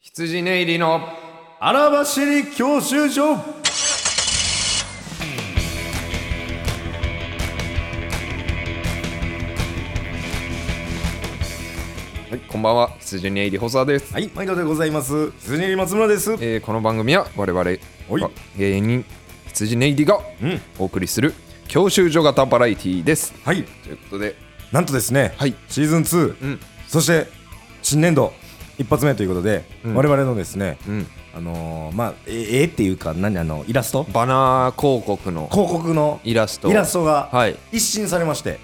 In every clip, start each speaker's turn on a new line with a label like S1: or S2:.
S1: 羊ネイリの
S2: 荒走り教習所
S1: はいこんばんは羊ネイリ細田です、
S2: はい、毎度でございます。スネリ松村です。
S1: えーこの番組は我々
S2: い
S1: が芸人羊ネイリが
S2: うん
S1: お送りする教習所型バラエティーです
S2: はい、
S1: ということで
S2: なんとですね、
S1: はい
S2: シーズン2、
S1: うん
S2: そして新年度一発目ということで、
S1: ん
S2: 我々のですね、
S1: うん
S2: あのー、まあ、え絵っていうか、何あの、イラスト
S1: バナー広告の
S2: 広告の
S1: イラスト
S2: イラストが
S1: はい
S2: 一新されまして、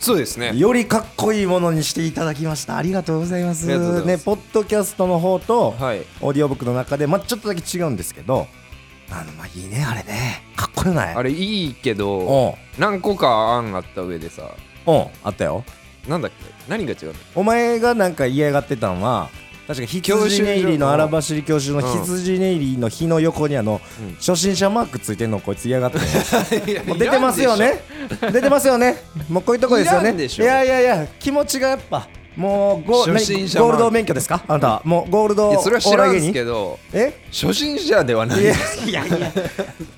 S1: そうですね
S2: よりかっこいいものにしていただきました。ありがとうございます。
S1: ありがとうございます
S2: ね、ポッドキャストの方と、
S1: はい
S2: オーディオブックの中で、まあ、ちょっとだけ違うんですけど、あの、まあ、いいね、あれね。かっこよない
S1: あれいいけど
S2: おん、
S1: 何個か案あった上でさ
S2: おん、あったよ。
S1: なんだっけ何が違うんだっ
S2: お前がなんか嫌がってたんは確か羊ネイリの荒走り教習の羊ネイリの日の横にあの、
S1: うん
S2: 初心者マークついてんのこいつ嫌がってん の
S1: け
S2: もう出てますよね出てますよねもうこういうとこですよ
S1: い
S2: ね
S1: らんでしょ
S2: いやいやいや気持ちがやっぱもうゴー
S1: 初心者
S2: 何
S1: マーク
S2: ゴールド免許ですかあなたはもうゴールド
S1: いやそれは知らん
S2: オーラ芸
S1: す
S2: 人
S1: けど
S2: え
S1: 初心者ではないい
S2: や
S1: です
S2: いやいや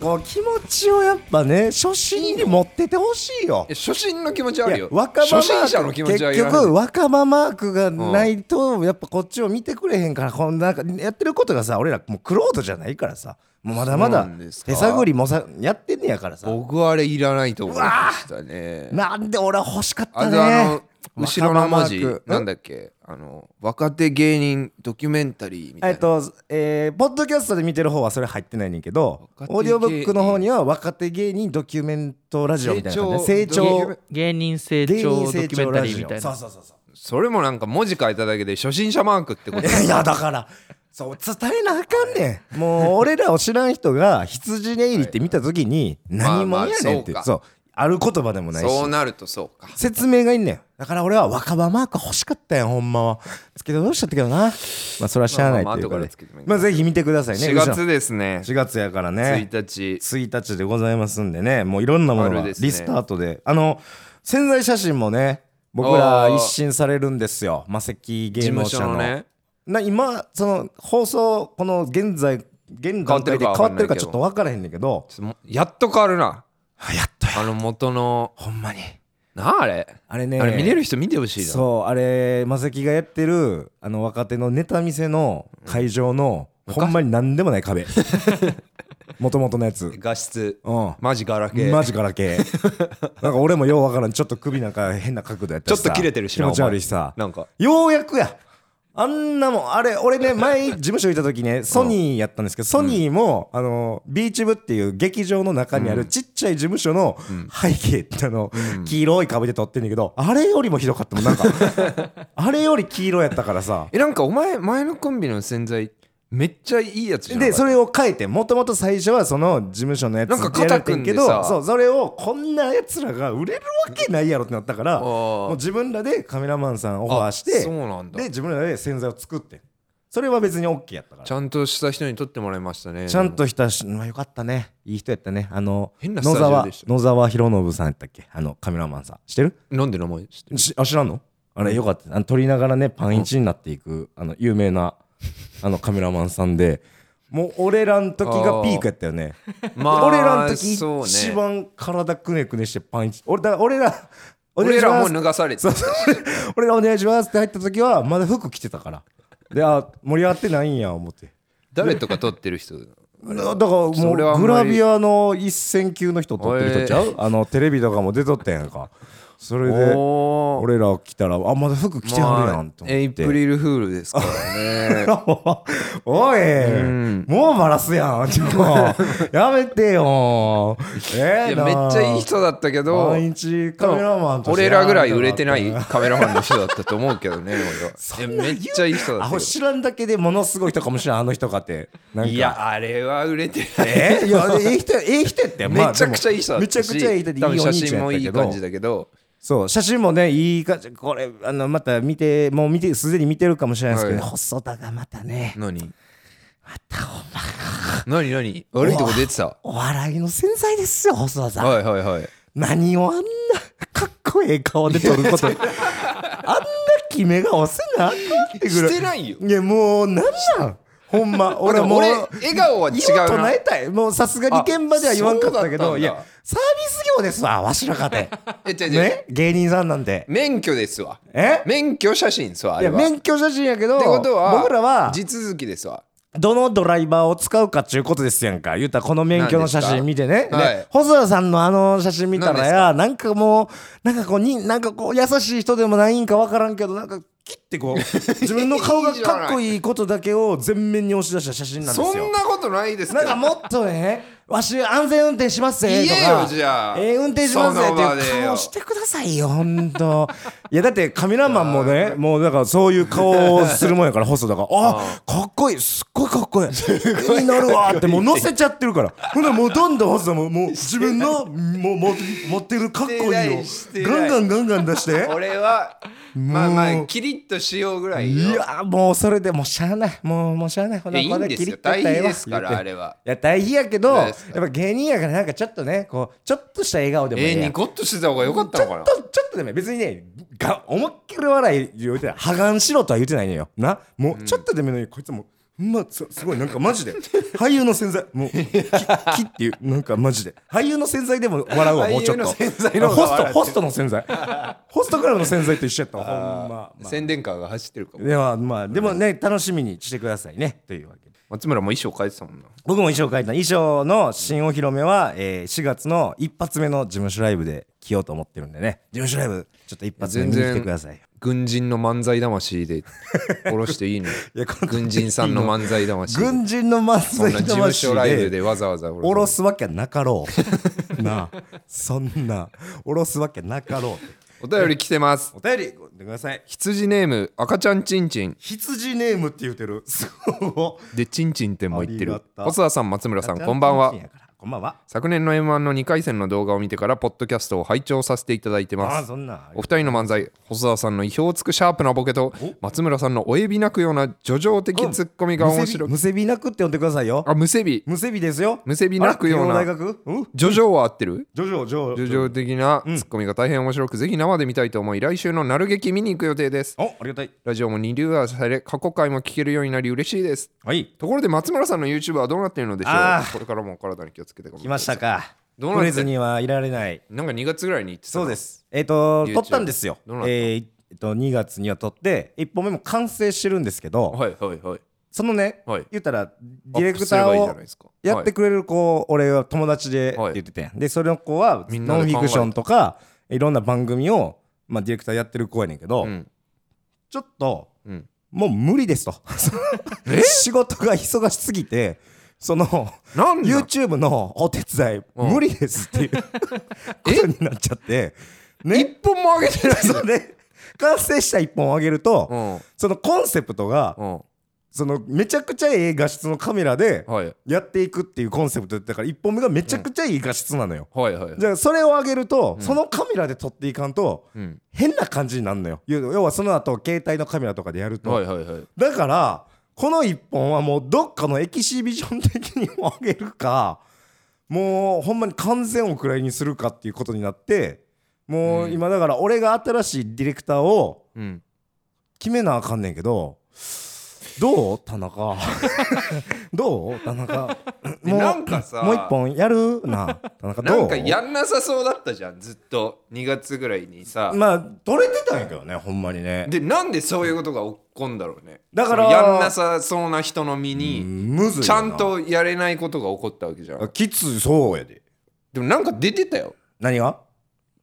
S2: こう気持ちをやっぱね初心に持っててほしいよ
S1: いや初心の気持ちはいあ
S2: や
S1: るよ
S2: 若葉マーク
S1: 初心者の気持ちはいら
S2: 結
S1: ん
S2: 局若葉マークがないと、やっぱこっちを見てくれへんからこんなやってることがさ俺らもうクロードじゃないからさもうまだま
S1: そうな
S2: だ
S1: んですか
S2: 手探りもさやってんねやからさ
S1: 僕はあれいらないと思いましたね。
S2: なんで俺は欲しかっ
S1: あ
S2: た
S1: とあ
S2: ね
S1: の後ろの文字
S2: 若葉マーク
S1: なんだっけあの若手芸人ドキュメンタリーみた
S2: え
S1: い
S2: っ
S1: な。
S2: と、えーポッドキャストで見てる方はそれ入ってないねんけど
S1: 若手芸人
S2: オーディオブックの方には若手芸人ドキュメントラジオみたいな感じで
S1: 成
S2: 成
S1: 長
S2: 長
S3: 芸人成
S2: 芸
S3: 長
S2: 人
S3: ドキ
S2: 成
S3: ュメ
S2: 長
S3: ンタ
S2: ラ
S3: リー
S2: ジ
S3: みた
S2: オ
S3: い
S2: そう
S3: な
S2: そうそうそう
S1: それもなんか文字変えただけで初心者マークって こと。
S2: いやだからそう伝えなあかんねんもう俺らを知らん人が羊ネイリって見た時に
S1: まあ
S2: 何
S1: ま
S2: も
S1: あ
S2: やねんって
S1: そうか
S2: そうある言葉でもないし
S1: そうなるとそうか。
S2: 説明がいんねんだから俺は若葉マーク欲しかったよほんまはですけどどうしちゃったけどなまあそれはしゃあないという
S1: まあまあ後か
S2: こと
S1: ら
S2: で
S1: つけてもいい
S2: まあぜひ見てくださいね
S1: 4月ですね。
S2: 4月やからね
S1: 1日。
S2: 1日でございますんでねもういろんなもの
S1: あ
S2: が
S1: る
S2: リ
S1: ですね
S2: スタートであの潜在写真もね僕ら一新されるんですよ魔石
S1: 事
S2: 芸能
S1: 務
S2: 者
S1: 所
S2: の
S1: のね。
S2: な今その放送この現在現段階で変わってるかちょっと分からへんねんけど
S1: ちょっともやっと変わるな。
S2: あやっとや
S1: あの元の
S2: ほんまに
S1: なああれ。
S2: あれね
S1: あれ見れる人見てほしいな。
S2: そうあれマセキがやってるあの若手のネタ見せの会場の、ほんまに何でもない 壁もともとのやつ
S1: 画質
S2: うん
S1: マジガラケー。
S2: マジガラケーなんか俺もようわからんちょっと首なんか変な角度やったりさ
S1: ちょっと切れてるし
S2: 気
S1: な
S2: 持ち悪いしさ
S1: なんか。
S2: ようやくやあんなもんあれ俺ね前事務所いた時ねソニーやったんですけどソニーも、あのビーチ部っていう劇場の中にあるちっちゃい事務所の背景ってあの、黄色い壁で撮ってんだけどあれよりもひどかったもんな んかあれより黄色やったからさ
S1: えなんかお前前のコンビの洗剤めっちゃいいやつじゃん
S2: でそれを変えてもともと最初はその事務所のやつ
S1: なんか
S2: やられてけど
S1: 肩組んでさ
S2: そうそれをこんなやつらが売れるわけないやろってなったから
S1: ー
S2: もう自分らでカメラマンさんオファーして
S1: そうなんだ
S2: で自分らで洗剤を作ってそれは別に OK やったから
S1: ちゃんとした人に撮ってもらいましたね
S2: ちゃんとしたし、まあ、よかったねいい人やったねあの
S1: 変な
S2: 野
S1: スタジオ
S2: 沢
S1: でした
S2: 野沢博信さんやったっけあのカメラマンさんしてる
S1: なんで名前 知ってる
S2: しあ知らんのあれよかったあの撮りながらねパンイチになっていく、あの有 名なあのカメラマンさんでもう俺らの時がピークやったよね
S1: まあ
S2: 俺らの時
S1: そうね
S2: 一番体くねくねしてパンイチ俺だから俺らお願い
S1: 俺
S2: し
S1: ら
S2: ま
S1: もう
S2: す
S1: 脱がされて
S2: そうそう俺らお願いしますって入った時はまだ服着てたからであ盛り上がってないんや思って
S1: 誰とか撮ってる 人
S2: だからも
S1: ちょっと俺はあ
S2: うんグ
S1: ま
S2: ラ
S1: り
S2: ビアの一線級の人撮ってる人ちゃう、あのテレビとかも出とったやんかそれで
S1: おー
S2: 俺ら来たらあまだ服着てはるやんと
S1: まあ
S2: 思
S1: エイ
S2: っ
S1: プ
S2: て、
S1: リルフールですからね
S2: おい、
S1: ん
S2: もうバラすやんちょ っとやめてよえ
S1: い
S2: え
S1: や
S2: な
S1: めっちゃいい人だったけど
S2: 毎日カメラマンとして
S1: 俺らぐらい売れてない
S2: や
S1: カメラマンの人だったと思うけどね俺は
S2: ん
S1: い
S2: な
S1: やめっちゃいい人
S2: あ
S1: だっ
S2: ほ
S1: たけ
S2: 知らんだけでものすごい人かもしれないあの人かってなん
S1: ど
S2: か
S1: いやあれは売れてない
S2: えいやええ人ええ人やって
S1: めちゃくちゃいい人だ
S2: め
S1: っ
S2: ちゃ
S1: た
S2: くちゃいい人
S1: し
S2: で
S1: 多分
S2: いいお
S1: 写
S2: 兄ちゃ
S1: 真
S2: んや
S1: も
S2: った
S1: い
S2: け
S1: い
S2: ど
S1: 感じだけど
S2: そう写真もねいい感じこれあのまた見てもう見てすでに見てるかもしれないですけど、ね
S1: はい
S2: 細田がまたね
S1: 何
S2: またお前
S1: 何何悪いとこ出てた
S2: お笑いの潜在ですよ細田さん、
S1: はいはいはい
S2: 何をあんなかっこええ顔で撮ることあんなき目が合わせなあかんってぐらい
S1: してないよ
S2: いやもうなんなんほん ま俺
S1: 俺
S2: もう
S1: 俺笑顔は違
S2: 色
S1: う
S2: 唱
S1: な
S2: えたいもうさすがに現場では言わんかっ
S1: あそうだ
S2: たけ
S1: ったん
S2: ど
S1: だ
S2: いやサービス業ですわわしら かて
S1: え違う違う
S2: ね芸人さんなんて
S1: 免許ですわ
S2: え
S1: 免許写真ですわあれ
S2: いや
S1: はっ
S2: 免許写真やけど
S1: てことは
S2: 僕らは
S1: 地続きですわ
S2: どのドライバーを使うかっちゅうことですやんか言うたらこの免許の写真見てね
S1: 何ですかは
S2: ね
S1: い
S2: 細田さんのあの写真見たらやなんかもうなんかこうになんかこう優しい人でもないんか分からんけどなんかキッて こう自分の顔がかっこいいことだけを全面に押し出した写真なんですよ
S1: そんなことないですけ
S2: なん
S1: ど
S2: かもっとね、わし安全運転しますぜと
S1: 言えよ
S2: か、
S1: じゃあ
S2: ええ運転しますぜって
S1: その場で
S2: いう
S1: よ
S2: 顔してくださいよ、ほんと。いや、だってカメラマンもね、もうだからそういう顔をするもんやから、細田が、あかっこいい、すっごいかっこいい、絵になるわって、もう乗せちゃってるから、ほんならもうどんどん細田も、もう自分のもうも持ってるかっこいいを
S1: して、ない
S2: ガンガンガンガン出して。
S1: 俺はまあま
S2: も
S1: あ
S2: う
S1: キリッとしようぐらい
S2: い
S1: よ
S2: やもうそれでもうしゃあないもうもうしゃあないほ
S1: いやいいんですよ
S2: 切り取ったらええわ
S1: 大変ですから
S2: 言うて
S1: あれはい
S2: や大変やけど
S1: 大
S2: や
S1: 変
S2: っ
S1: です
S2: ぱ芸人やからなんかちょっとねこうちょっとした笑顔でもい
S1: え
S2: い
S1: え
S2: や
S1: ニ
S2: んち
S1: コッとしてた方が良かったのか
S2: ょっ
S1: な
S2: とちょっとでもいい別にねが思いっきり笑い言うてない破顔しろとは言うてないのよなもうちょっとでもいいのにこいつもうほんますすごいなんかマ ジで俳優の潜在もうききっていうなんかマジで俳優の潜在でも笑うわもうちょっと
S1: 俳優の潜在の方
S2: ホ
S1: が
S2: ス
S1: 笑っ
S2: ト
S1: てる
S2: ホストの潜在ホストクラブの潜在と一緒やったわほんままあ
S1: 宣伝カーが走ってるかも
S2: ではまあでもね、楽しみにしてくださいねというわけで
S1: 松村も衣装変えてたもんな
S2: 僕も衣装書いた衣装の新お披露目は、えー4月の一発目の事務所ライブで着ようと思ってるんでね事務所ライブちょっと一発目見に来てくださいよ
S1: 軍人の漫才魂で下ろしていいの
S2: いやこの
S1: 軍人さんの漫才魂で
S2: 軍人の漫
S1: そん
S2: 才
S1: な事務所ライブ
S2: 魂で
S1: でわざわざ
S2: 下ろすわけなかろうなあそんな下ろすわけなかろうって
S1: お便り来てます
S2: お便りご覧ください
S1: 羊ネーム赤ちゃんちんちん
S2: 羊ネームって言ってるそう
S1: でちんちんっても言ってる
S2: ありがた
S1: 細田さん松村さんこんばんは
S2: こんばんは
S1: 昨年の m 1の2回戦の動画を見てからポッドキャストを拝聴させていただいて
S2: あ
S1: ま
S2: あ
S1: す
S2: そんな
S1: お二人の漫才細田さんの意表をつくシャープなボケと松村さんの親指泣くような叙情的ツッコミが面白い
S2: むせびむせびなくって呼んでくださいよ
S1: あむせび
S2: むせびですよ
S1: むせびなくような
S2: あら慶応大学うん
S1: 叙情は合ってる
S2: ジョジョジョ
S1: 叙情的なツッコミが大変面白く、ぜひ生で見たいと思い来週のなる劇見に行く予定です
S2: おありがたい
S1: ラジオもリニューアルされ過去回も聞けるようになり嬉しいです
S2: はい
S1: ところで松村さんの YouTube はどうなっているのでしょう
S2: あー
S1: これからもお体に気をつけて頑張って
S2: 来ましたか
S1: どうなって
S2: 売れずにはいられない
S1: なんか2月ぐらいに行ってた
S2: そうですえっ、と
S1: YouTube
S2: 撮ったんですよえ
S1: どうなった
S2: ーえっと2月には撮って1本目も完成してるんですけど、
S1: はいはいはい
S2: そのね、
S1: はい
S2: 言ったらディレ
S1: アッ
S2: クタ
S1: プすればいいじゃな
S2: ー
S1: い
S2: を
S1: ですか
S2: やってくれる子、俺は友達でって
S1: はい
S2: 言ってて、でそれの子は
S1: みんなで
S2: ノン
S1: 考えた
S2: フィクションとかいろんな番組を、まあ、ディレクターやってる子やねんけど、
S1: はいうん
S2: ちょっと
S1: うん
S2: もう無 理ですと仕事が忙しすぎてその
S1: なんだ
S2: YouTube のお手伝い
S1: うん
S2: 無理で すっていうことになっちゃってね
S1: 一本も上げてない
S2: それ完成した一本をあげると、
S1: うん
S2: そのコンセプトが、そのめちゃくちゃええ画質のカメラで
S1: うんはい
S2: やっていくっていうコンセプトだったから一本目がめちゃくちゃいい画質なのよ、
S1: はいはい
S2: じゃあそれをあげると、そのカメラで撮っていかんと
S1: うん
S2: 変な感じになるのよ要要はその後携帯のカメラとかでやると、
S1: はいはいはい
S2: だからこの一本はもうどっかのエキシビジョン的にも上げるかもうほんまに完全お蔵入りにするかっていうことになってもう今だから俺が新しいディレクターを
S1: うん
S2: 決めなあかんねんけどどう田中 どう田中もう
S1: なんかさ
S2: もう一本やるな田中
S1: な
S2: どうん
S1: かやんなさそうだったじゃんずっと2月ぐらいにさ
S2: まあ取れてたんやけどねほんまにね
S1: でなんでそういうことが起こんだろうね
S2: だから
S1: そのやんなさそうな人の身に
S2: むずいよな
S1: ちゃんとやれないことが起こったわけじゃん
S2: きついそうやで
S1: でもなんか出てたよ
S2: 何が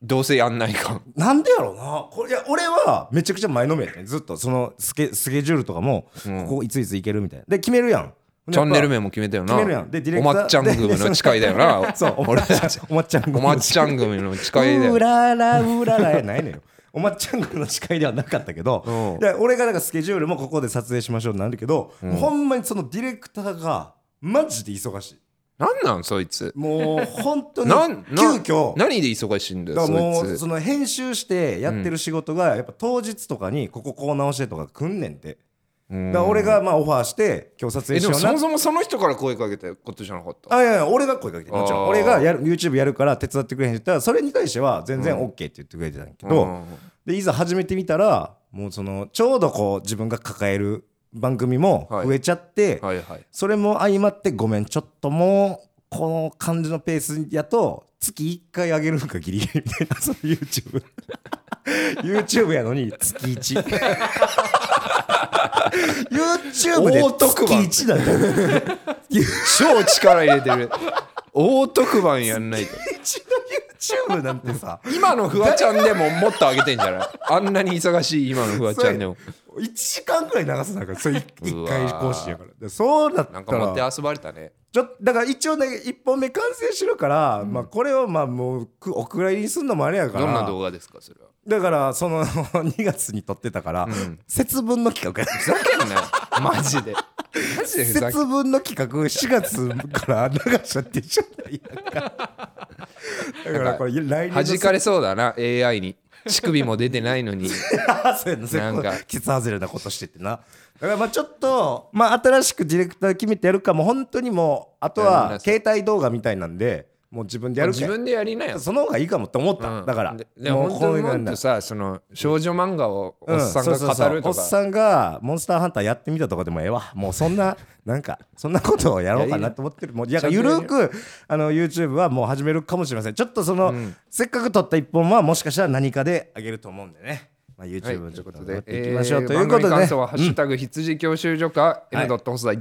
S1: どうせやんないか
S2: なんでやろうなこれいや俺はめちゃくちゃ前のめやねずっとそのスケスケジュールとかも、
S1: うん
S2: ここいついつ行けるみたいなで決めるやん
S1: チャンネル
S2: やっ
S1: 名も決めたよ
S2: ぱ
S1: な
S2: 決めるやんでディレ
S1: お
S2: クター
S1: まっちゃん組の誓いだよな
S2: そうお
S1: 俺
S2: まっち
S1: た
S2: ゃ
S1: ち
S2: んおまっちゃん
S1: おまっちゃん組の誓いだ
S2: う
S1: よ
S2: ららうららやないのよおまっちゃんの司会ではなかったけど、
S1: うん
S2: で俺がなんかスケジュールもここで撮影しましょうになるけど、ほんまにそのディレクターがマジで忙しい
S1: なんなんそいつ
S2: もう本当に
S1: なん
S2: 急
S1: なん
S2: 遽
S1: 何で忙しいんだ
S2: だ
S1: よ
S2: からも
S1: そういつ
S2: その編集してやってる仕事がやっぱ当日とかにこここう直してとか来んねんて、だから俺がまあオファーして今日撮
S1: え
S2: 影
S1: で
S2: しよ
S1: も
S2: う
S1: そ
S2: な
S1: もそもその人から声かけたことじゃなかった
S2: あいやいや俺が声かけてもちろ
S1: あー
S2: ん俺がやる YouTube やるから手伝ってくれへんって言ったらそれに対しては全然 OK って言ってくれてたんやけど、
S1: うん
S2: でいざ始めてみたらもうそのちょうどこう自分が抱える番組も
S1: はい
S2: 増えちゃって、
S1: はいはい
S2: それも相まってごめんちょっともうこの感じのペースやと月1回上げるのかギリギリみたいな その YouTube。YouTube やのに月1 YouTube で
S1: 大特番
S2: 月1なんだよ
S1: 超力入れてる大特番やん ないと
S2: 1の YouTube なんてさ
S1: 今のフワちゃんでももっと上げてんじゃないあんなに忙しい今のフワちゃんでも
S2: 1時間くらい流すなんかそれ 1,
S1: うわ
S2: 回更新やからでそうだった
S1: なんか持って
S2: ら
S1: 遊ばれたね
S2: ちょだから一応ね1本目完成しろから、まあ、これをまあもうくお蔵入りにするのもあれやか
S1: どんな
S2: ら
S1: 動画ですかそれは
S2: だからその 2月に撮ってたから、
S1: ん
S2: 節分の企画や
S1: ふざけんなよマジでマジでふざけ
S2: 節分の企画4月から 流しちゃってちゃないやんかだからこれ来年の
S1: 弾かれそうだな AI に乳首も出てない のに
S2: そうやなそう
S1: な
S2: や
S1: ん
S2: な
S1: か
S2: ケツ外れなことしててなだからまあちょっと、まあ、新しくディレクター決めてやるかも本当にもうあと
S1: うん
S2: は携帯動画みたいなんでもう自分でやるか
S1: 自分でやりなよ
S2: その方がいいかもって思った、
S1: うん
S2: だから
S1: ででも
S2: う
S1: 本当にもっ
S2: な
S1: とさその少女漫画をおっさんが
S2: うそうそう
S1: 語ると
S2: おっ
S1: か
S2: さんがモンスターハンターやってみたとかでもええわもうそんななんかそんなことをやろうかなと思ってるもういや
S1: ちゃんと
S2: ゆ
S1: やるよ
S2: るくあの YouTube はもう始めるかもしれませんちょっとその、
S1: ん
S2: せっかく撮った一本はもしかしたら何かで上げると思うんでね、ま
S1: は
S2: あ、
S1: い、
S2: YouTube
S1: と
S2: の
S1: い
S2: ちょ
S1: うこ
S2: っ
S1: とと
S2: 頑張
S1: で
S2: っ、ていき
S1: え
S2: ましょう
S1: ー、
S2: とい
S1: 番
S2: うこと
S1: 組
S2: で
S1: 感
S2: ね
S1: 想は、ハッシュタグ羊教習所か、
S2: い
S1: n. ホスダ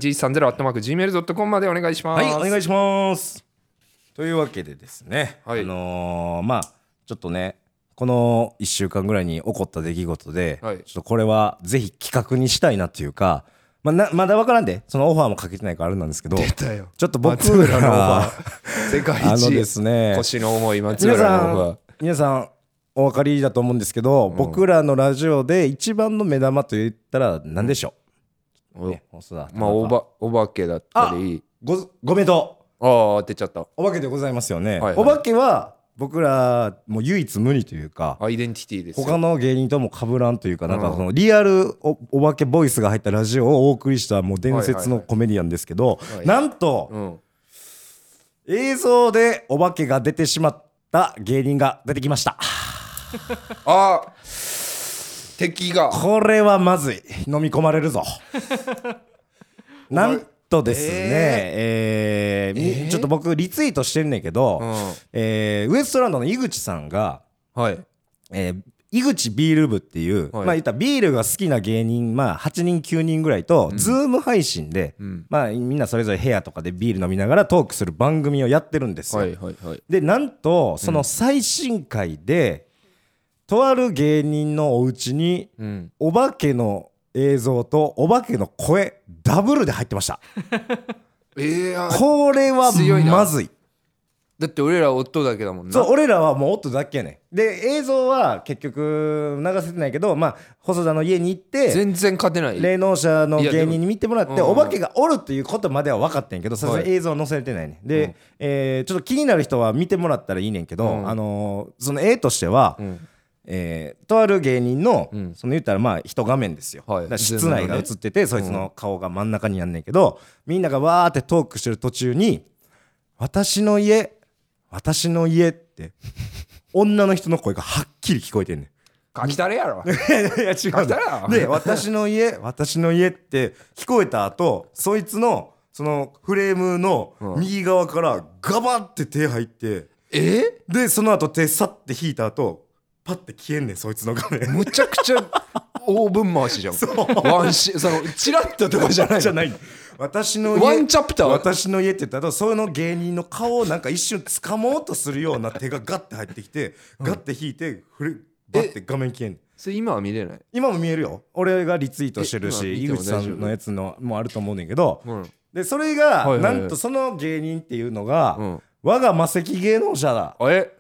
S1: G30-gmail.com までお願いします。
S2: はい、お願いします。というわけでですね、
S1: はい
S2: あのーまあちょっとねこの1週間ぐらいに起こった出来事で、
S1: はい
S2: ちょっとこれはぜひ企画にしたいなというか、まあ、なまだ分からんでそのオファーもかけてないからあれなんですけどち
S1: たよ
S2: ょっと僕
S1: 松村
S2: ら
S1: のオフ
S2: が
S1: ァー。世 界一。
S2: あのですね
S1: 腰の重い松
S2: 皆
S1: 村
S2: さ
S1: のオファー
S2: ん。皆さんお分かりだと思うんですけど、僕らのラジオで一番の目玉と言ったら何でしょう、
S1: お
S2: ね本当だ
S1: まあ、おば、お化けだったり、
S2: ごごめとう
S1: ああ、当てちゃった。
S2: お化けでございますよね、
S1: はいはい
S2: お化けは僕らもう唯一無二というか、
S1: アイデンティティですよ。
S2: 他の芸人とも被らんというか、なんかそのリアルおお化けボイスが入ったラジオをお送りしたもう伝説のコメディアンですけど、
S1: いはい
S2: なんと、
S1: うん。
S2: 映像でお化けが出てしまった芸人が出てきました
S1: ああ、敵が。
S2: これはまずい飲み込まれ るぞなんとですね、えー
S1: えー
S2: ちょっと僕リツイートしてんねんけど、
S1: うん
S2: えーウエストランドの井口さんが
S1: はい。
S2: えー井口ビール部っていう、
S1: はい
S2: まあ言ったらビールが好きな芸人、まあ8人9人ぐらいと、ズーム配信で、
S1: ん
S2: まあみんなそれぞれ部屋とかでビール飲みながらトークする番組をやってるんですよ。
S1: はい、はい、はい。
S2: で、なんと、その最新回で、とある芸人のお家に、
S1: うん。
S2: お化けの映像とお化けの声、ダブルで入ってました。
S1: ええあ
S2: これは
S1: 強いな
S2: まずい。
S1: だって俺ら音だけだもんな。
S2: そう俺らはもう音だけやねんで映像は結局流せてないけどまあ細田の家に行って
S1: 全然勝てない。
S2: 霊能者の
S1: いやで
S2: 芸
S1: も
S2: 人に見てもらって
S1: うんうん
S2: お化けがおるっていうことまでは分かってんけどさすが
S1: は
S2: に
S1: い
S2: 映像は載せれてないねん
S1: う
S2: で
S1: ん
S2: えーちょっと気になる人は見てもらったらいいねんけ
S1: うん
S2: どあのーその絵としては
S1: うん。
S2: えーとある芸人の
S1: うん
S2: その言ったらまあ一画面ですよ、
S1: はい
S2: だから室内が映ってて、そいつ
S1: う
S2: の顔が真ん中にやんねんけどみんながわーってトークしてる途中に「私の家私の家」って女の人の声がはっきり聞こえてんねん。
S1: 書きたれやろ。
S2: い やいや違うんだ
S1: あ
S2: で「私の 家私の家」って聞こえた後そいつのそのフレームの右側からガバって手入って
S1: ええ
S2: でその後手さって引いた後パッて消えんねんそいつの画面。
S1: むちゃくちゃ大分回しじゃん。ワンシそのチラッととか じゃない
S2: じゃ
S1: の。
S2: ない私の家
S1: ワンチャプター
S2: 私の家って言ったらその芸人の顔をなんか一瞬掴もうとするような手がガッて入ってきて、ガッて引いてふれバッて画面消えん
S1: それ今は見れない。
S2: 今も見えるよ俺がリツイートしてる
S1: え
S2: し井
S1: 今見ても
S2: 口さんのやつのもあると思うねんけど、
S1: うん。
S2: でそれ
S1: は
S2: が
S1: いはいは
S2: ないんとその芸人っていうのが、
S1: うん。
S2: 我が魔石芸能者だ
S1: あえ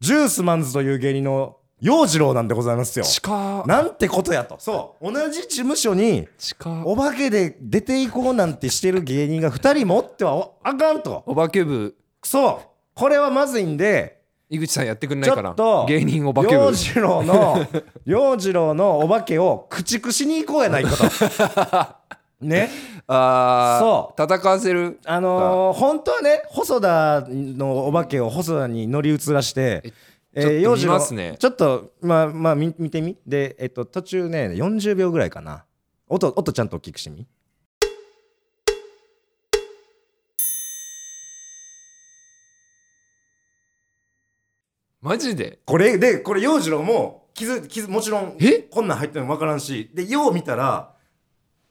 S2: ジュースマンズという芸人の洋次郎なんでございますよ
S1: 近
S2: なんてことやとそう同じ事務所に
S1: 近
S2: お化けで出ていこうなんてしてる芸人が2人もおってはおあかんと
S1: お化け部
S2: そうこれはまずいんで
S1: 井口さんやってくんな
S2: ち
S1: い
S2: ょ
S1: か
S2: っ
S1: な
S2: と
S1: 芸人お化け部
S2: 陽次 郎の陽次郎のお化けを駆逐しに行こうやないかと ね
S1: ああ
S2: そう
S1: 戦わせる
S2: あのー本当はね細田のお化けを細田に乗り移らして
S1: えちょっと
S2: 陽次郎
S1: 見ますね
S2: ちょっとまあまあ見見てみでえっと途中ね40秒ぐらいかな音音ちゃんと大きくしてみ
S1: マジで
S2: これでこれ陽次郎も気づ気づもちろん
S1: え
S2: こんなん入ってるの分からんしでよう見たら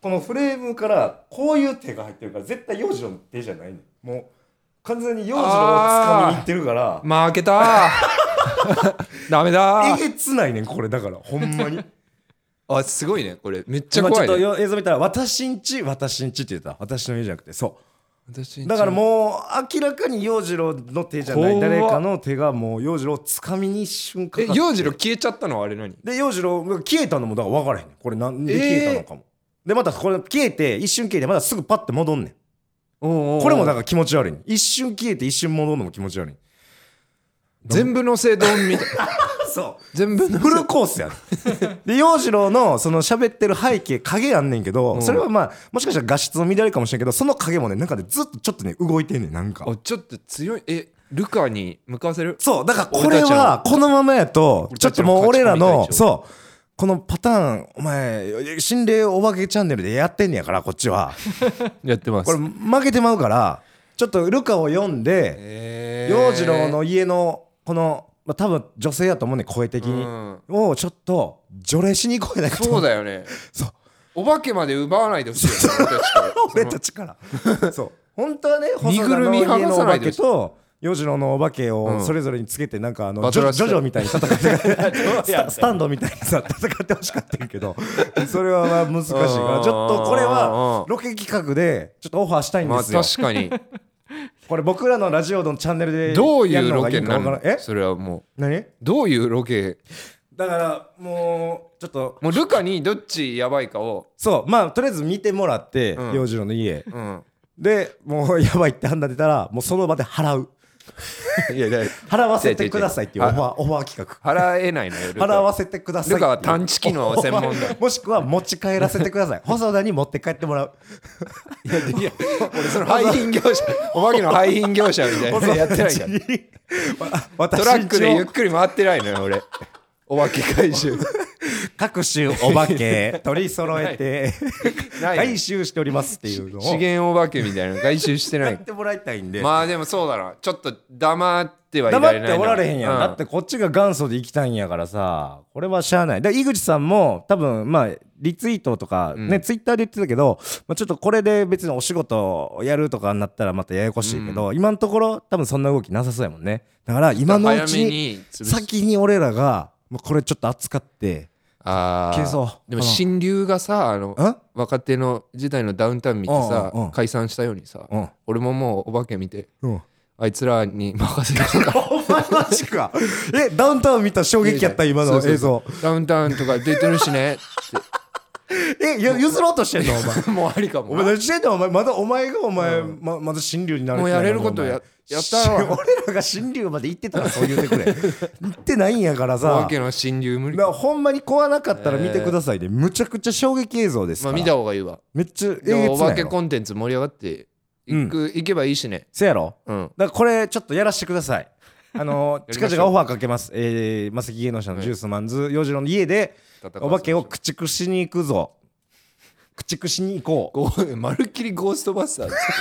S2: このフレームからこういう手が入ってるから絶対陽次郎の手じゃないねんもう完全に陽次郎を掴みにいってるから
S1: 負けたー ダメだ
S2: え
S1: ー
S2: げつないねんこれだからほんまにめっ
S1: あすごいねこれめっちゃ怖い、
S2: ちょっと
S1: ね、
S2: よ映像見たら「私んち私んち」って言ってた私の家じゃなくてそ
S1: 私
S2: うだからもう明らかに陽次郎の手じゃない
S1: 怖っ
S2: 誰かの手がもう陽次郎を掴みに一瞬か
S1: え
S2: かって
S1: 洋次郎消えちゃったのはあれ何
S2: で陽次郎が消えたのもだから分からへんねんこれなんで消えたのかも、でまたこれ消えて一瞬消えてまたすぐパッて戻んねんこ
S1: こ
S2: れもだから気持ち悪いねん一瞬消えて一瞬戻るのも気持ち悪いねん
S1: 全部のせい丼みたい
S2: そ
S1: 全部
S2: う
S1: の
S2: フルコースや ねんで陽次郎のその喋ってる背景影あんねんけど、
S1: うん
S2: それはまあもしかしたら画質の乱れかもしれんけどその影もね中でずっとちょっとね動いてんねんなんか
S1: あちょっと強いえルカに向かわせる
S2: そうだからこれはこのままやと
S1: 俺
S2: ち
S1: た
S2: ょっ
S1: ち
S2: と
S1: の
S2: もう俺ら
S1: 勝ち込み
S2: の
S1: 隊長
S2: そうこのパターンお前心霊お化けチャンネルでやってんねやからこっちは
S1: やってま
S2: これ負けてまうからちょっとルカを読んで
S1: えー
S2: 洋次郎の家のこの、まあ、多分女性やと思うね声的に、
S1: うん
S2: をちょっと除霊しに行こうやないかと
S1: そうだよね
S2: そう
S1: お化けまで奪わないでほしいよ ね俺たちから
S2: 俺たちからそう本当はね
S1: 身
S2: 細
S1: ぐ
S2: 田
S1: る
S2: の
S1: み
S2: 家
S1: 剥が
S2: の
S1: さ
S2: お
S1: ない
S2: 化
S1: で
S2: けと洋次郎のお化けをそれぞれにつけてなんかあの
S1: バ
S2: ジ
S1: ト
S2: ョ
S1: ラし
S2: ジ
S1: て
S2: ョジョみたいに戦って スタスタンドみたいにさ戦ってほしかったんやけどそれはまあ難しいからちょっとこれはロケ企画でちょっとオファーしたいん
S1: ま
S2: で
S1: あ
S2: すよ
S1: 確かに
S2: これ僕らのラジオのチャンネルで
S1: どうい
S2: やる
S1: う
S2: の
S1: ロ
S2: がい
S1: ケ
S2: い
S1: に
S2: の
S1: な
S2: か
S1: る
S2: 分
S1: の
S2: からんえ
S1: それはも
S2: 何
S1: うどういうロケ
S2: だからもうちょっと
S1: もうルカにどっちやばいかを
S2: そうまあとりあえず見てもらって
S1: うん
S2: 洋次郎の家
S1: う ん
S2: でもうやばいって判断出たらもうその場で払う
S1: いやいや
S2: 払わせてくださいっていう
S1: 違
S2: オ
S1: う違う違
S2: フ
S1: う
S2: ァーオファー企画
S1: 払えないのよルカ
S2: 払わせてくださいっていう
S1: ルカは探知機の専門だ
S2: もしくは持ち帰らせて ください細田に持って帰ってもらう
S1: いや俺その廃品業者お化けの廃品業者みたいなのやってないから
S2: わ
S1: ト
S2: 私
S1: ラックでゆっ
S2: んちを
S1: くり回ってないのよ俺お化け回収
S2: 各種お化け取り揃えて
S1: ない
S2: 回収しておりますっていうのを
S1: 資源お化けみたいなの回収してな
S2: や
S1: い
S2: ってもらいたいんで
S1: まあでもそうだなちょっと黙ってはいられない
S2: 黙っ
S1: な
S2: ておられへんやん、
S1: う
S2: だってこっちが元祖で生きたいんやからさこれはしゃあないで井口さんも多分まあリツイートとかね、
S1: うん
S2: ツイッターで言ってたけど、まあ、ちょっとこれで別にお仕事をやるとかになったらまたややこしいけど、今のところ多分そんな動きなさそうやもんねだから今のうち
S1: 早め
S2: に
S1: に潰す
S2: 先に俺らがもうこれちょっと扱って
S1: あー
S2: 消そう
S1: でも新流がさあの
S2: うん
S1: 若手の時代のダウンタウン見てさ
S2: うんうんうん
S1: 解散したようにさ
S2: うん
S1: 俺ももうお化け見て
S2: うん
S1: あいつらに任せる から
S2: お前マジか えダウンタウン見た衝撃やった今の
S1: そ
S2: 映像
S1: うそうそうダウンタウンとか出てるし ね
S2: えゆ譲ろうとしてんのお前
S1: ってもうありかも
S2: お前何してんだお前まだお前がお前、ままだ新竜になれて
S1: もう
S2: ないのに
S1: やれること や
S2: お前
S1: やったわ
S2: 俺らが新竜まで行ってたらそう言うてくれ行ってないんやから
S1: お
S2: さ
S1: 化けの新流無理
S2: だからほんまに怖なかったら見てくださいで、むちゃくちゃ衝撃映像ですか
S1: まあ
S2: ら、
S1: 見た方がいいわ
S2: めっちゃえげつ
S1: で
S2: ないや
S1: も
S2: ろ
S1: お化けコンテンツ盛り上がっていく、行けばいいしね
S2: せやろ
S1: うん
S2: だからこれちょっとやらしてくださいあの
S1: やり
S2: 近
S1: ましょう
S2: 々オファーかけますえー、マセキ芸能者のジュースマンズ洋次郎の家で
S1: 戦
S2: お
S1: わ
S2: 化
S1: せ
S2: けを駆逐しに行くぞ駆逐しに行こう
S1: ゴー まるっきりゴーストバスターズ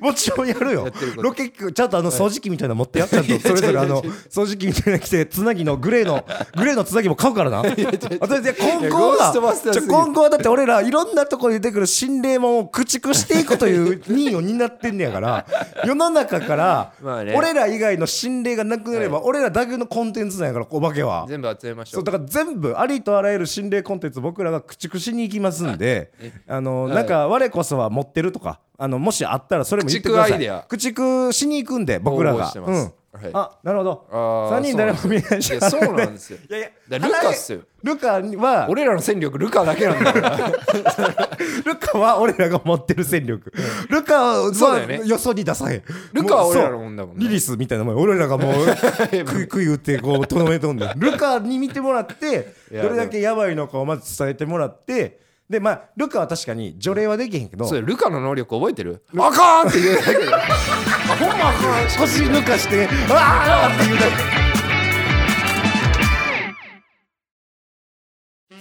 S2: もちろんやるよ
S1: やってること
S2: ロケ機ちゃんとあの掃除機みたいなの持ってやっちゃんとそれぞ れあの掃除機みたいなの着てつなぎのグレーのグレーのつなぎも買うからな私いや今後
S1: ゴーストバ
S2: は
S1: スター
S2: ち
S1: ズ
S2: ょ今後はだって俺らいろんなところに出てくる心霊もんを駆逐していくという任を担ってんねや から世の中から
S1: まあね
S2: 俺ら以外の心霊がなくなれば俺らだけのコンテンツなんやからお化けは
S1: 全部集めましょ
S2: そううだから全部ありとあらゆる心霊コンテンツ僕らが駆逐しに行きますんであの
S1: はい
S2: なんか我こそは持ってるとかあのもしあったらそれも言ってください
S1: 駆逐アイデア
S2: 駆逐しに行くんで僕ら
S1: 応募
S2: が
S1: してます
S2: うん
S1: はい
S2: あなるほど
S1: あー
S2: 3人誰も見えない
S1: い
S2: し
S1: やそうなんですよ
S2: いやいや
S1: だからルカっすよ
S2: ルカは
S1: 俺らの戦力ルカだけなんだから
S2: ルカは俺らが持ってる戦力ルカは
S1: そうだよね
S2: よそに出さへん
S1: ルカは俺らの
S2: もう
S1: もんだも
S2: そ
S1: ん
S2: うリリ
S1: ね
S2: スみたいなもん俺ら がもうクイクイ打ってこうとどめとんねんルカに見てもらって
S1: いや
S2: どれだけやばいのかをまず伝えてもらってでまあルカは確かに除霊はできへんけど
S1: それルカの能力覚えてるあかんって言うだけであほんまあかん
S2: 腰抜かして 「ああ!」って言うだ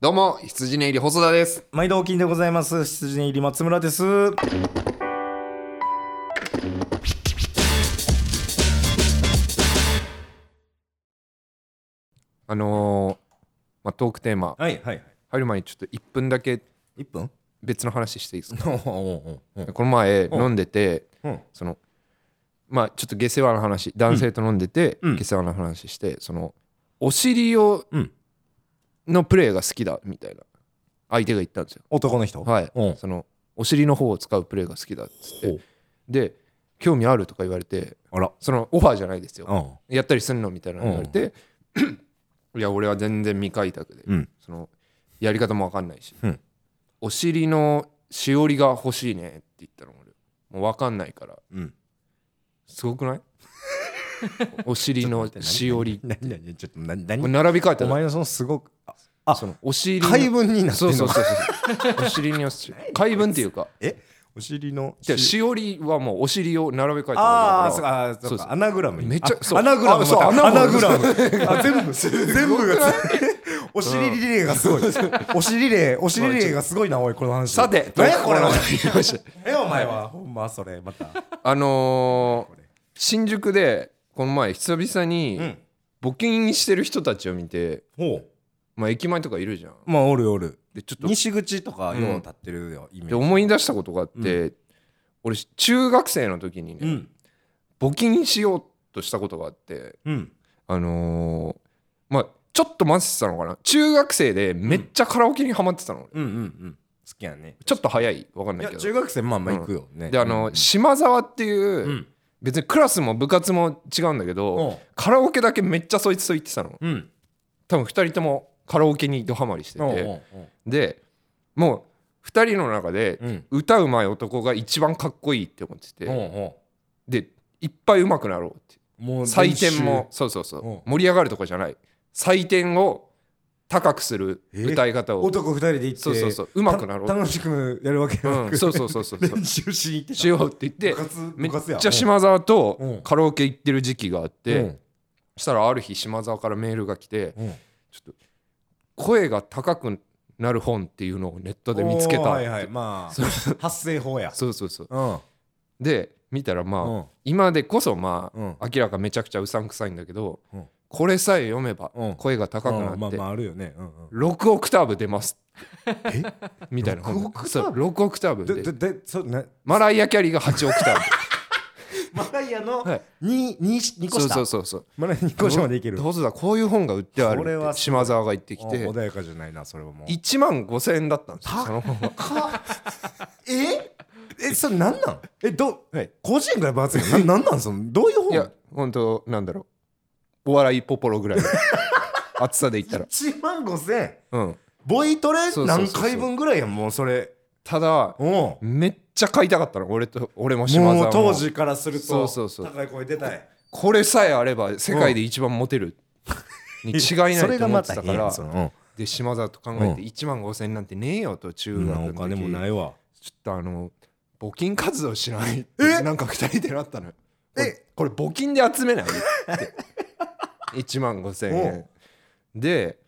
S1: どうも羊ね入り細田です
S2: 毎度お金でございます羊に入り松村です
S1: あのーまあ、トークテーマ
S2: はいはい
S1: 入る前にちょっと1分だけ
S2: 1分
S1: 別の話していいですか
S2: おおお
S1: この前
S2: うん
S1: 飲んでて
S2: うん
S1: そのまあちょっと下世話な話男性と飲んでて、
S2: うん
S1: 下世話な話してそのお尻を
S2: うん
S1: のプレーが好きだみたいな相手が言ったんですよ
S2: 男の人
S1: はい
S2: うん
S1: そのお尻の方を使うプレーが好きだっつって
S2: ほう
S1: で興味あるとか言われて
S2: あら
S1: そのオファーじゃないですよ
S2: うん
S1: やったりすんのみたいなの言われて いや俺は全然未開拓で
S2: うん
S1: そのやり方も分かんないし、
S2: うん
S1: お尻のしおりが欲しいねって言ったの俺もう分かんないから
S2: うん
S1: すごく ないお尻のしおり
S2: 何何何ちょっと何
S1: これ
S2: 何
S1: 並び替えた
S2: お
S1: ら
S2: 前のそのすごくああ
S1: そのお尻の
S2: 解文になって
S1: そ
S2: ん
S1: うそ
S2: の
S1: うそうそうお尻のし解文っていうか
S2: えお尻の
S1: じゃあしおりはもうお尻を並べ替えた
S2: あーそう
S1: ら
S2: かあーそ
S1: そううそう
S2: かアナグラムに
S1: めっちゃ
S2: あ
S1: そう
S2: アナグラム
S1: あそう
S2: また
S1: ア
S2: ア
S1: ナ
S2: ナ
S1: グ
S2: グ
S1: ラ
S2: ラ
S1: ム
S2: ムあ全部全部がお尻リレーがすごいお尻リレーお尻リレーがすごいなおいこの話
S1: さて
S2: 何やこれお前
S1: 言いました
S2: えお前はほんまそれまた
S1: あのー新宿でこの前久々に募金してる人たちを見て、
S2: ほう
S1: まあ、駅前とかいるじゃん
S2: まあおるおる
S1: でちょっと
S2: 西口とかよう立ってるよイ
S1: で
S2: メージ
S1: 思い出したことがあって、俺中学生の時にね、
S2: うん
S1: 募金しようとしたことがあって
S2: うん
S1: あのーまあちょっと待ってたのかな中学生でめっちゃカラオケにハマってたの、俺
S2: うんうんうん好きやね
S1: ちょっと早いわかん
S2: い
S1: ない
S2: や
S1: け
S2: 中
S1: ど
S2: 学生まあまあ行くよね
S1: であのー島沢っていう、
S2: うん
S1: 別にクラスも部活も違うんだけど、
S2: おう
S1: カラオケだけめっちゃそいつと行ってたの
S2: うん
S1: 多分2人ともカラオケにドハマりして
S2: おうお
S1: て
S2: うおう
S1: でもう2人の中で
S2: うん
S1: 歌うまい男が一番かっこいいって思ってて、
S2: おうお
S1: でいっぱいうまくなろうって
S2: うもう
S1: 採点もそうそうそう、
S2: うん
S1: 盛り上がるとかじゃない採点を高くする歌い方を
S2: 男二人で行って
S1: そうそうそううまくなろう
S2: た楽しくやるわけでな
S1: う
S2: く
S1: ん、そうそうそうそうそう
S2: 練習しに行ってた
S1: しようって言って
S2: 部活
S1: め
S2: 部活や
S1: っちゃ島沢
S2: う
S1: と
S2: ん
S1: カラオケ行ってる時期があっ
S2: う
S1: て、
S2: ん
S1: そしたらある日島沢からメールが来て
S2: うん
S1: 声が高くなる本っていうのをネットで見つけた
S2: お
S1: って、
S2: ーはいはいま
S1: そう
S2: あ発声法や
S1: そうそうそう
S2: うん
S1: で見たらまあ、
S2: うん
S1: 今でこそまあ、
S2: うん
S1: 明らかめちゃくちゃうさんくさいんだけど、
S2: うん
S1: これさえ読めば
S2: うん
S1: 声が高くな
S2: まあま
S1: っ
S2: あ
S1: て
S2: まああるよねうんうん
S1: 6オクターブ出 ますみたいな
S2: 6オクターブ
S1: そう6オクターブ
S2: でで
S1: で
S2: でそうね
S1: マライア・キャリーが8オクタ ー
S2: マライアの
S1: ブ、はい、
S2: にに二個
S1: そう
S2: 下
S1: そうそうそう
S2: マライア2個下までいける
S1: どうぞだこういう本が売ってある
S2: これ
S1: っ
S2: は
S1: て
S2: すご
S1: 島
S2: い
S1: 沢が言ってきて
S2: うん穏やかじゃないなそれはもう
S1: 1万5000円だったんですよその本は
S2: ええそれなんなんえど
S1: はい
S2: 甲子園ぐらい分厚いのななんなんそのどういう
S1: いや
S2: 本
S1: 本当なんだろうお笑いポポロぐ らいの厚さで言ったら
S2: 1万5千円
S1: うん
S2: ボイトレ
S1: そうそうそう
S2: 何
S1: そう
S2: 回分ぐらいやんもうそれ
S1: ただ
S2: うんも
S1: めっちゃ買いたかったの俺と俺も島沢
S2: う
S1: も
S2: 当時からすると
S1: そうそうそう
S2: 高い声出たい
S1: これさえあれば世界で一番モテるに違いない
S2: それ
S1: と
S2: が
S1: 思
S2: ま
S1: って
S2: た
S1: た
S2: 変
S1: か
S2: や
S1: ら
S2: んその
S1: で島里と考えて1万5000なんてねえよと中
S2: う
S1: 学
S2: ん
S1: の時
S2: お金もないわ
S1: ちょっとあの募金活動しないって
S2: え
S1: なんか2人でなったのよ
S2: え
S1: これこれ募金で集めない って1万5000円で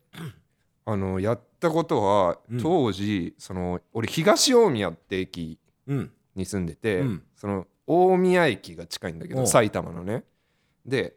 S1: あのやったことは
S2: うん
S1: 当時その俺東大宮って駅
S2: うん
S1: に住んでて、
S2: うん
S1: その大宮駅が近いんだけ
S2: お
S1: ど
S2: う
S1: 埼玉のねで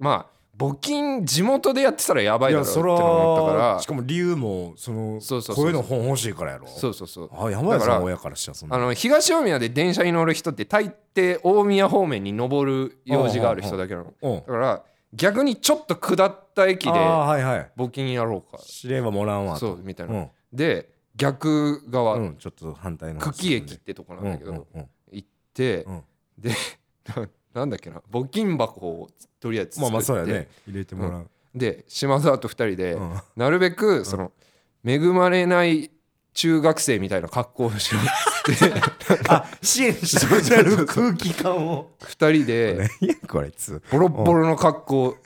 S1: まあ募金地元でやってたらやばいだろうっての思ったから
S2: しかも理由もその
S1: そうそうそう
S2: こういうの本欲しいからやろ
S1: そうそうそう
S2: あ山田
S1: だ
S2: さ
S1: か
S2: ん
S1: ら
S2: 親からしたらそん
S1: あ
S2: な
S1: の東大宮で電車に乗る人って大抵大宮方面に登る用事がある人だけなの
S2: うん
S1: だから逆にちょっと下った駅で
S2: ああはいはい
S1: 募金やろうか
S2: 知ればもらんわ
S1: そ
S2: と
S1: うみたいうなんで逆
S2: う
S1: 側
S2: んちょっと反対の
S1: 久喜駅ってとこなん
S2: だ
S1: だ
S2: け
S1: け
S2: ど
S1: ど行って
S2: うん
S1: でななんだっけな募金箱をとりあえず
S2: まあまあそう
S1: 作
S2: や
S1: って
S2: ね入れてもらう
S1: で島沢と2人で
S2: うん
S1: なるべくその恵まれない中学生みたいな格好をしろ
S2: あ支援してくれる空気感 を
S1: 2人で
S2: 何やこれつ
S1: ボロッボロの格好う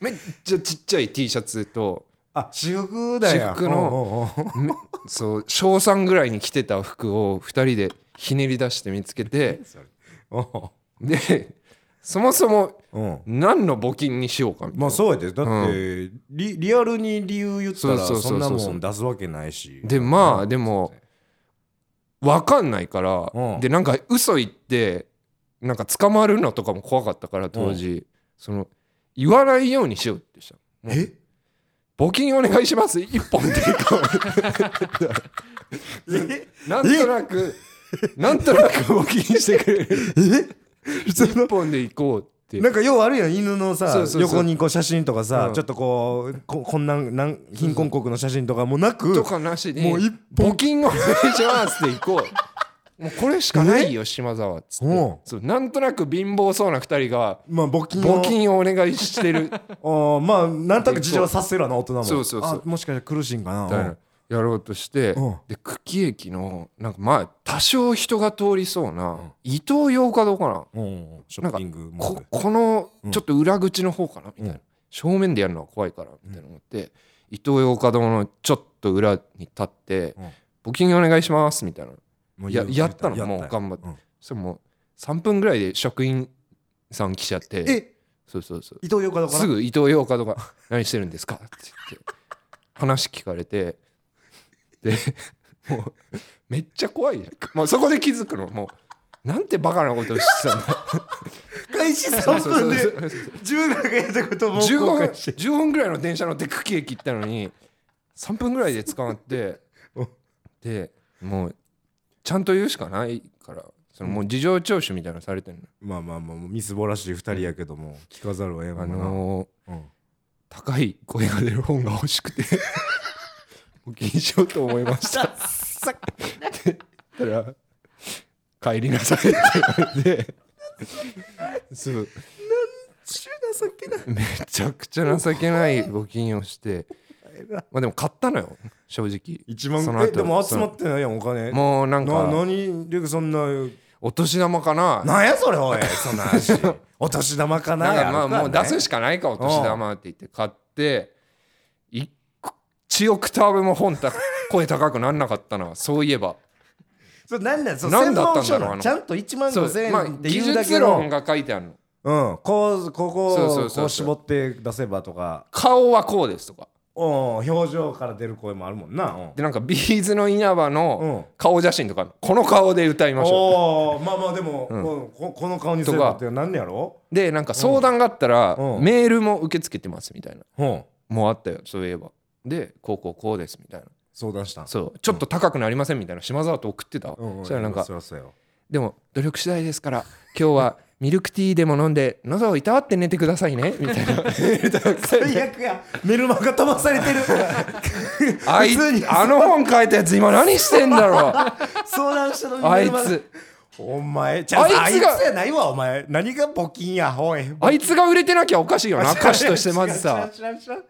S1: めっちゃちっちゃい T シャツと
S2: あ私服だよ
S1: 私服のめそう小3ぐらいに着てた服を2人でひねり出して見つけ てでそもそも
S2: うん
S1: 何の募金にしようかみたいな、
S2: まあそうやでだってリリアルに理由言ったら
S1: そうそうそうそう
S2: そんなもん出すわけないし
S1: でまあでも分かんないから、
S2: うん
S1: でなんか嘘言ってなんか捕まるのとかも怖かったから当時、その言わないようにしようってしたもう
S2: え
S1: 募金お願いします一本 でいこう
S2: え
S1: なんとなく、なんとなく募金してくれる。一本で行こうって。
S2: なんかようあるやん犬のさ
S1: そうそうそう
S2: 横にこう写真とかさ、
S1: うん
S2: ちょっとこうここんなんなん貧困国の写真とかもなく
S1: とかなしに、
S2: もう一本
S1: 募金お願いしますって行こう。 もうこれしかないよ、島沢っつっ
S2: お
S1: て
S2: う。
S1: そうなんとなく貧乏そうな二人が、
S2: まあ募金
S1: 募
S2: を
S1: 金をお願いしてるみたい
S2: あーまあなんとなく事情はさせるわな大人も
S1: そうそうそう
S2: あもしかしたら苦しいんかな
S1: な、やろうとして
S2: うん、
S1: で、久喜駅の、なんかまあ、多少人が通りそうな、伊東洋華堂かな。
S2: うんうんショッピングモー
S1: こ
S2: ル
S1: このちょっと裏口の方かなみたいな、
S2: うん
S1: 正面でやるのは怖いからみたいな思って、伊東洋華堂のちょっと裏に立って
S2: うん
S1: 「募金お願いします」みたいな
S2: もう
S1: や
S2: 言う
S1: やったの
S2: 言
S1: もう頑張って、
S2: うん
S1: それもう3分ぐらいで職員さん来ちゃって
S2: え
S1: そうそうそう
S2: 伊藤洋華だから
S1: すぐ伊東洋華堂が「何してるんですか?」 って言って話聞かれてで もうめっちゃ怖いじゃんもうそこで気づくのもうなんてバカなことをしてたんだ
S2: 開始3
S1: そうそ
S2: 分
S1: う
S2: で
S1: そうそう
S2: 10分がやったこと も
S1: 15
S2: 後
S1: 分
S2: 悔して
S1: 15分ぐらいの電車乗って久喜駅行ったのに3分ぐらいで捕ま って
S2: うん
S1: でもうちゃんと言うしかないからそのもう事情聴取みたいなのされてる
S2: まあまあまあもうみすぼらしい2人やけども聞かざるを得
S1: の、
S2: な
S1: あ
S2: いな
S1: のー
S2: うん
S1: 高い声が出る本が欲しくて募金しようと思いましたたら「帰りなさい」って言われてそう
S2: 中情けない
S1: めちゃくちゃ情けない募金をしてまあでも買ったのよ正直
S2: 1万
S1: その
S2: 円
S1: 後
S2: えでも集ま
S1: その
S2: ってないやんお金
S1: もうなん
S2: な
S1: か
S2: 何リュウクそんな
S1: お年玉かな
S2: なんやそれ おいそんな話お年玉か
S1: な
S2: な
S1: んかまあ
S2: やるかね
S1: もう出すしかないかお年玉って言って買って1オクターブも本た声高くなんなかったなそういえば
S2: そうなんだそう
S1: なん
S2: 専
S1: だったんだろう
S2: 門書
S1: あ
S2: の
S1: の
S2: ちゃんと1万
S1: そう
S2: 5000
S1: まあ
S2: 円で
S1: 技
S2: 言うだけ
S1: 術
S2: の
S1: 論が書いてあるの
S2: うんこうここ
S1: そうそうそ
S2: を
S1: うそう
S2: こう絞って出せばとか
S1: 顔はこうですとか
S2: うん表情から出る声もあるもんなうん
S1: でなんかビーズの稲葉
S2: うん
S1: の顔写真とかこの顔で歌いましょ
S2: おーまあまあでも
S1: うん
S2: こここの顔にすればってなんねやろ
S1: うでなんか相談があったら
S2: うん
S1: メールも受け付けてますみたいな
S2: うん
S1: もうあったよそういえばでこうこうこうですみたいな
S2: 相談したん
S1: そうちょっと高くなりませんみたいな島沢と送ってた
S2: うんうん
S1: そしたらなんか
S2: そうそうよ
S1: でも努力次第ですから今日はミルクティーでも飲んで喉をいたわって寝てくださいねみたい な
S2: 最悪やメルマガ飛ばされてる
S1: あい
S2: 普通に
S1: あの本書いたやつ今何してんだろう
S2: 相談したのに
S1: あ
S2: メ
S1: い
S2: ルマガ
S1: つ
S2: お前ちゃあ
S1: あ
S2: あ
S1: い
S2: い
S1: つ
S2: つ
S1: が
S2: やないわお前何が募金やおい
S1: あいつが売れてなきゃおかしいよな歌手としてまず
S2: 違
S1: さ
S2: う違う違う違う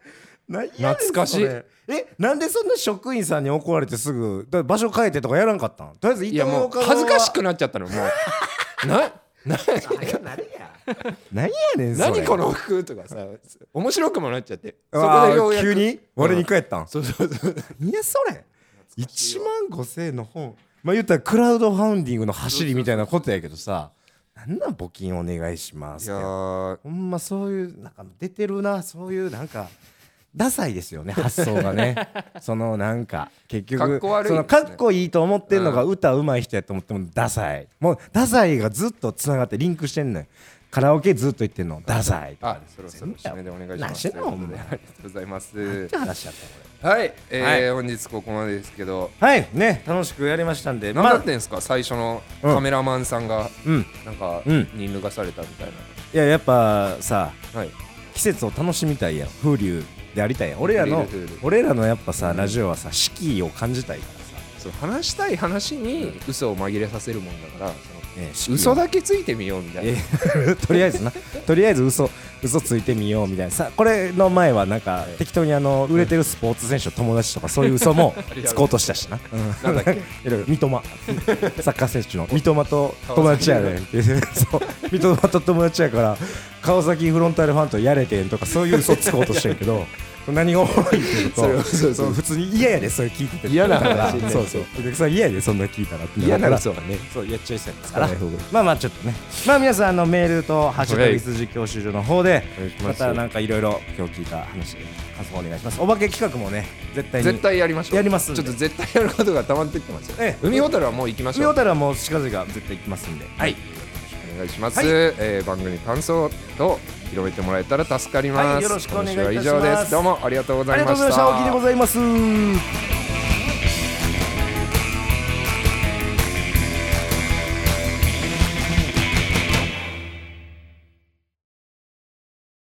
S2: 何やねん
S1: 懐かしい
S2: それえなんでそんな職員さんに怒られてすぐだ場所変えてとかやらんかったんとりあえず伊
S1: い
S2: 藤
S1: やもう恥ずかし
S2: く
S1: くなっちゃったのもうなな
S2: 何やねんそれ
S1: 何この服とかさ面白くもなっちゃってそ
S2: あ
S1: こ
S2: ー
S1: でようやく
S2: 急に我に返ったん
S1: そうそうそう
S2: いやそれ1万5000円の本まあ言ったらクラウドファウンディングの走りみたいなことやけどさなんなん募金お願いしま
S1: い
S2: すっ
S1: や
S2: て
S1: ー
S2: ほんまそういうなんか出てるなそういうなんかダサいですよね発想が ねそのなんか結局
S1: かっこ悪い
S2: そのかっこいいと思ってんのが歌うまい人やと思ってもダサいもうダサいがずっとつながってリンクしてんのよカラオケずっと言ってんのダサいと
S1: あ
S2: か、
S1: そろそろ締めでお願いしま
S2: 何
S1: す。
S2: してんの
S1: ということでありがとうございます。
S2: 話しちゃったこ
S1: はい、えー
S3: はい
S1: 本日ここまでですけど、
S2: れはいね楽しくやりましたんで
S1: 何
S2: ま
S1: だ
S2: あ
S1: ってんすか、最初の
S2: うん
S1: カメラマンさんが、
S2: うん
S1: なんか、
S2: うん
S1: に脱がされたみたい
S2: いややっぱさ
S1: な。はい。
S2: 季節を楽しみたいやん風流でありたいやん俺らの
S1: 風流風流
S2: 俺らのやっぱさラジオはさ四季を感じたいからさ
S1: その話したい話に嘘を紛れさせるもんだから、その
S2: ね四季を
S1: 嘘だけついてみようみたいな。
S2: え とりあえずなとりあえず嘘嘘ついてみようみたいなさこれの前はなんか適当にあの売れてるスポーツ選手の友達とかそういう 嘘もつこうとしたしな
S1: なんだっけ
S2: いろいろ三笘サッカー選手の三笘と友達やねんそう三笘と友達やから川崎フロンターレファンとやれてんとかそういう嘘つこうとしてんけど何がおもろいっていうと
S1: それはそうそう
S2: そう普通に嫌やでそれ聞いてて
S1: 嫌な話
S2: だからそうそうお客さん嫌やでそんな聞いたらって
S1: 嫌な
S2: ら
S1: 嘘はね。
S2: そうやっちゃいそうや
S1: から
S2: まあまあちょっとねまあ皆さんあのメールと「ハッシュタ
S1: は
S2: グ
S1: い
S2: イス実況集所」の方で
S1: お願いしま
S2: ますたなんかいろいろ今日聞いた話感想お願いしますお化け企画もね絶対に
S1: 絶対やりましょう。
S2: やりますん
S1: ち
S2: で
S1: ょっと絶対やることが溜まってきてますよ。
S2: ええ
S1: 海ほたるはもう行きまし
S2: 見
S1: ょう
S2: よ。たらもう近々絶対行きますんではい
S1: お願いします、
S2: はい
S1: えー番組感想と広めてもらえたら助かります、
S2: はいよろしくお願いいたします
S1: 今週は以上ですどうもありがとうご
S2: あ
S1: ざ
S2: り
S1: い
S2: がと
S1: ま
S2: うござい
S1: し
S2: ました
S1: た
S2: 青木でございます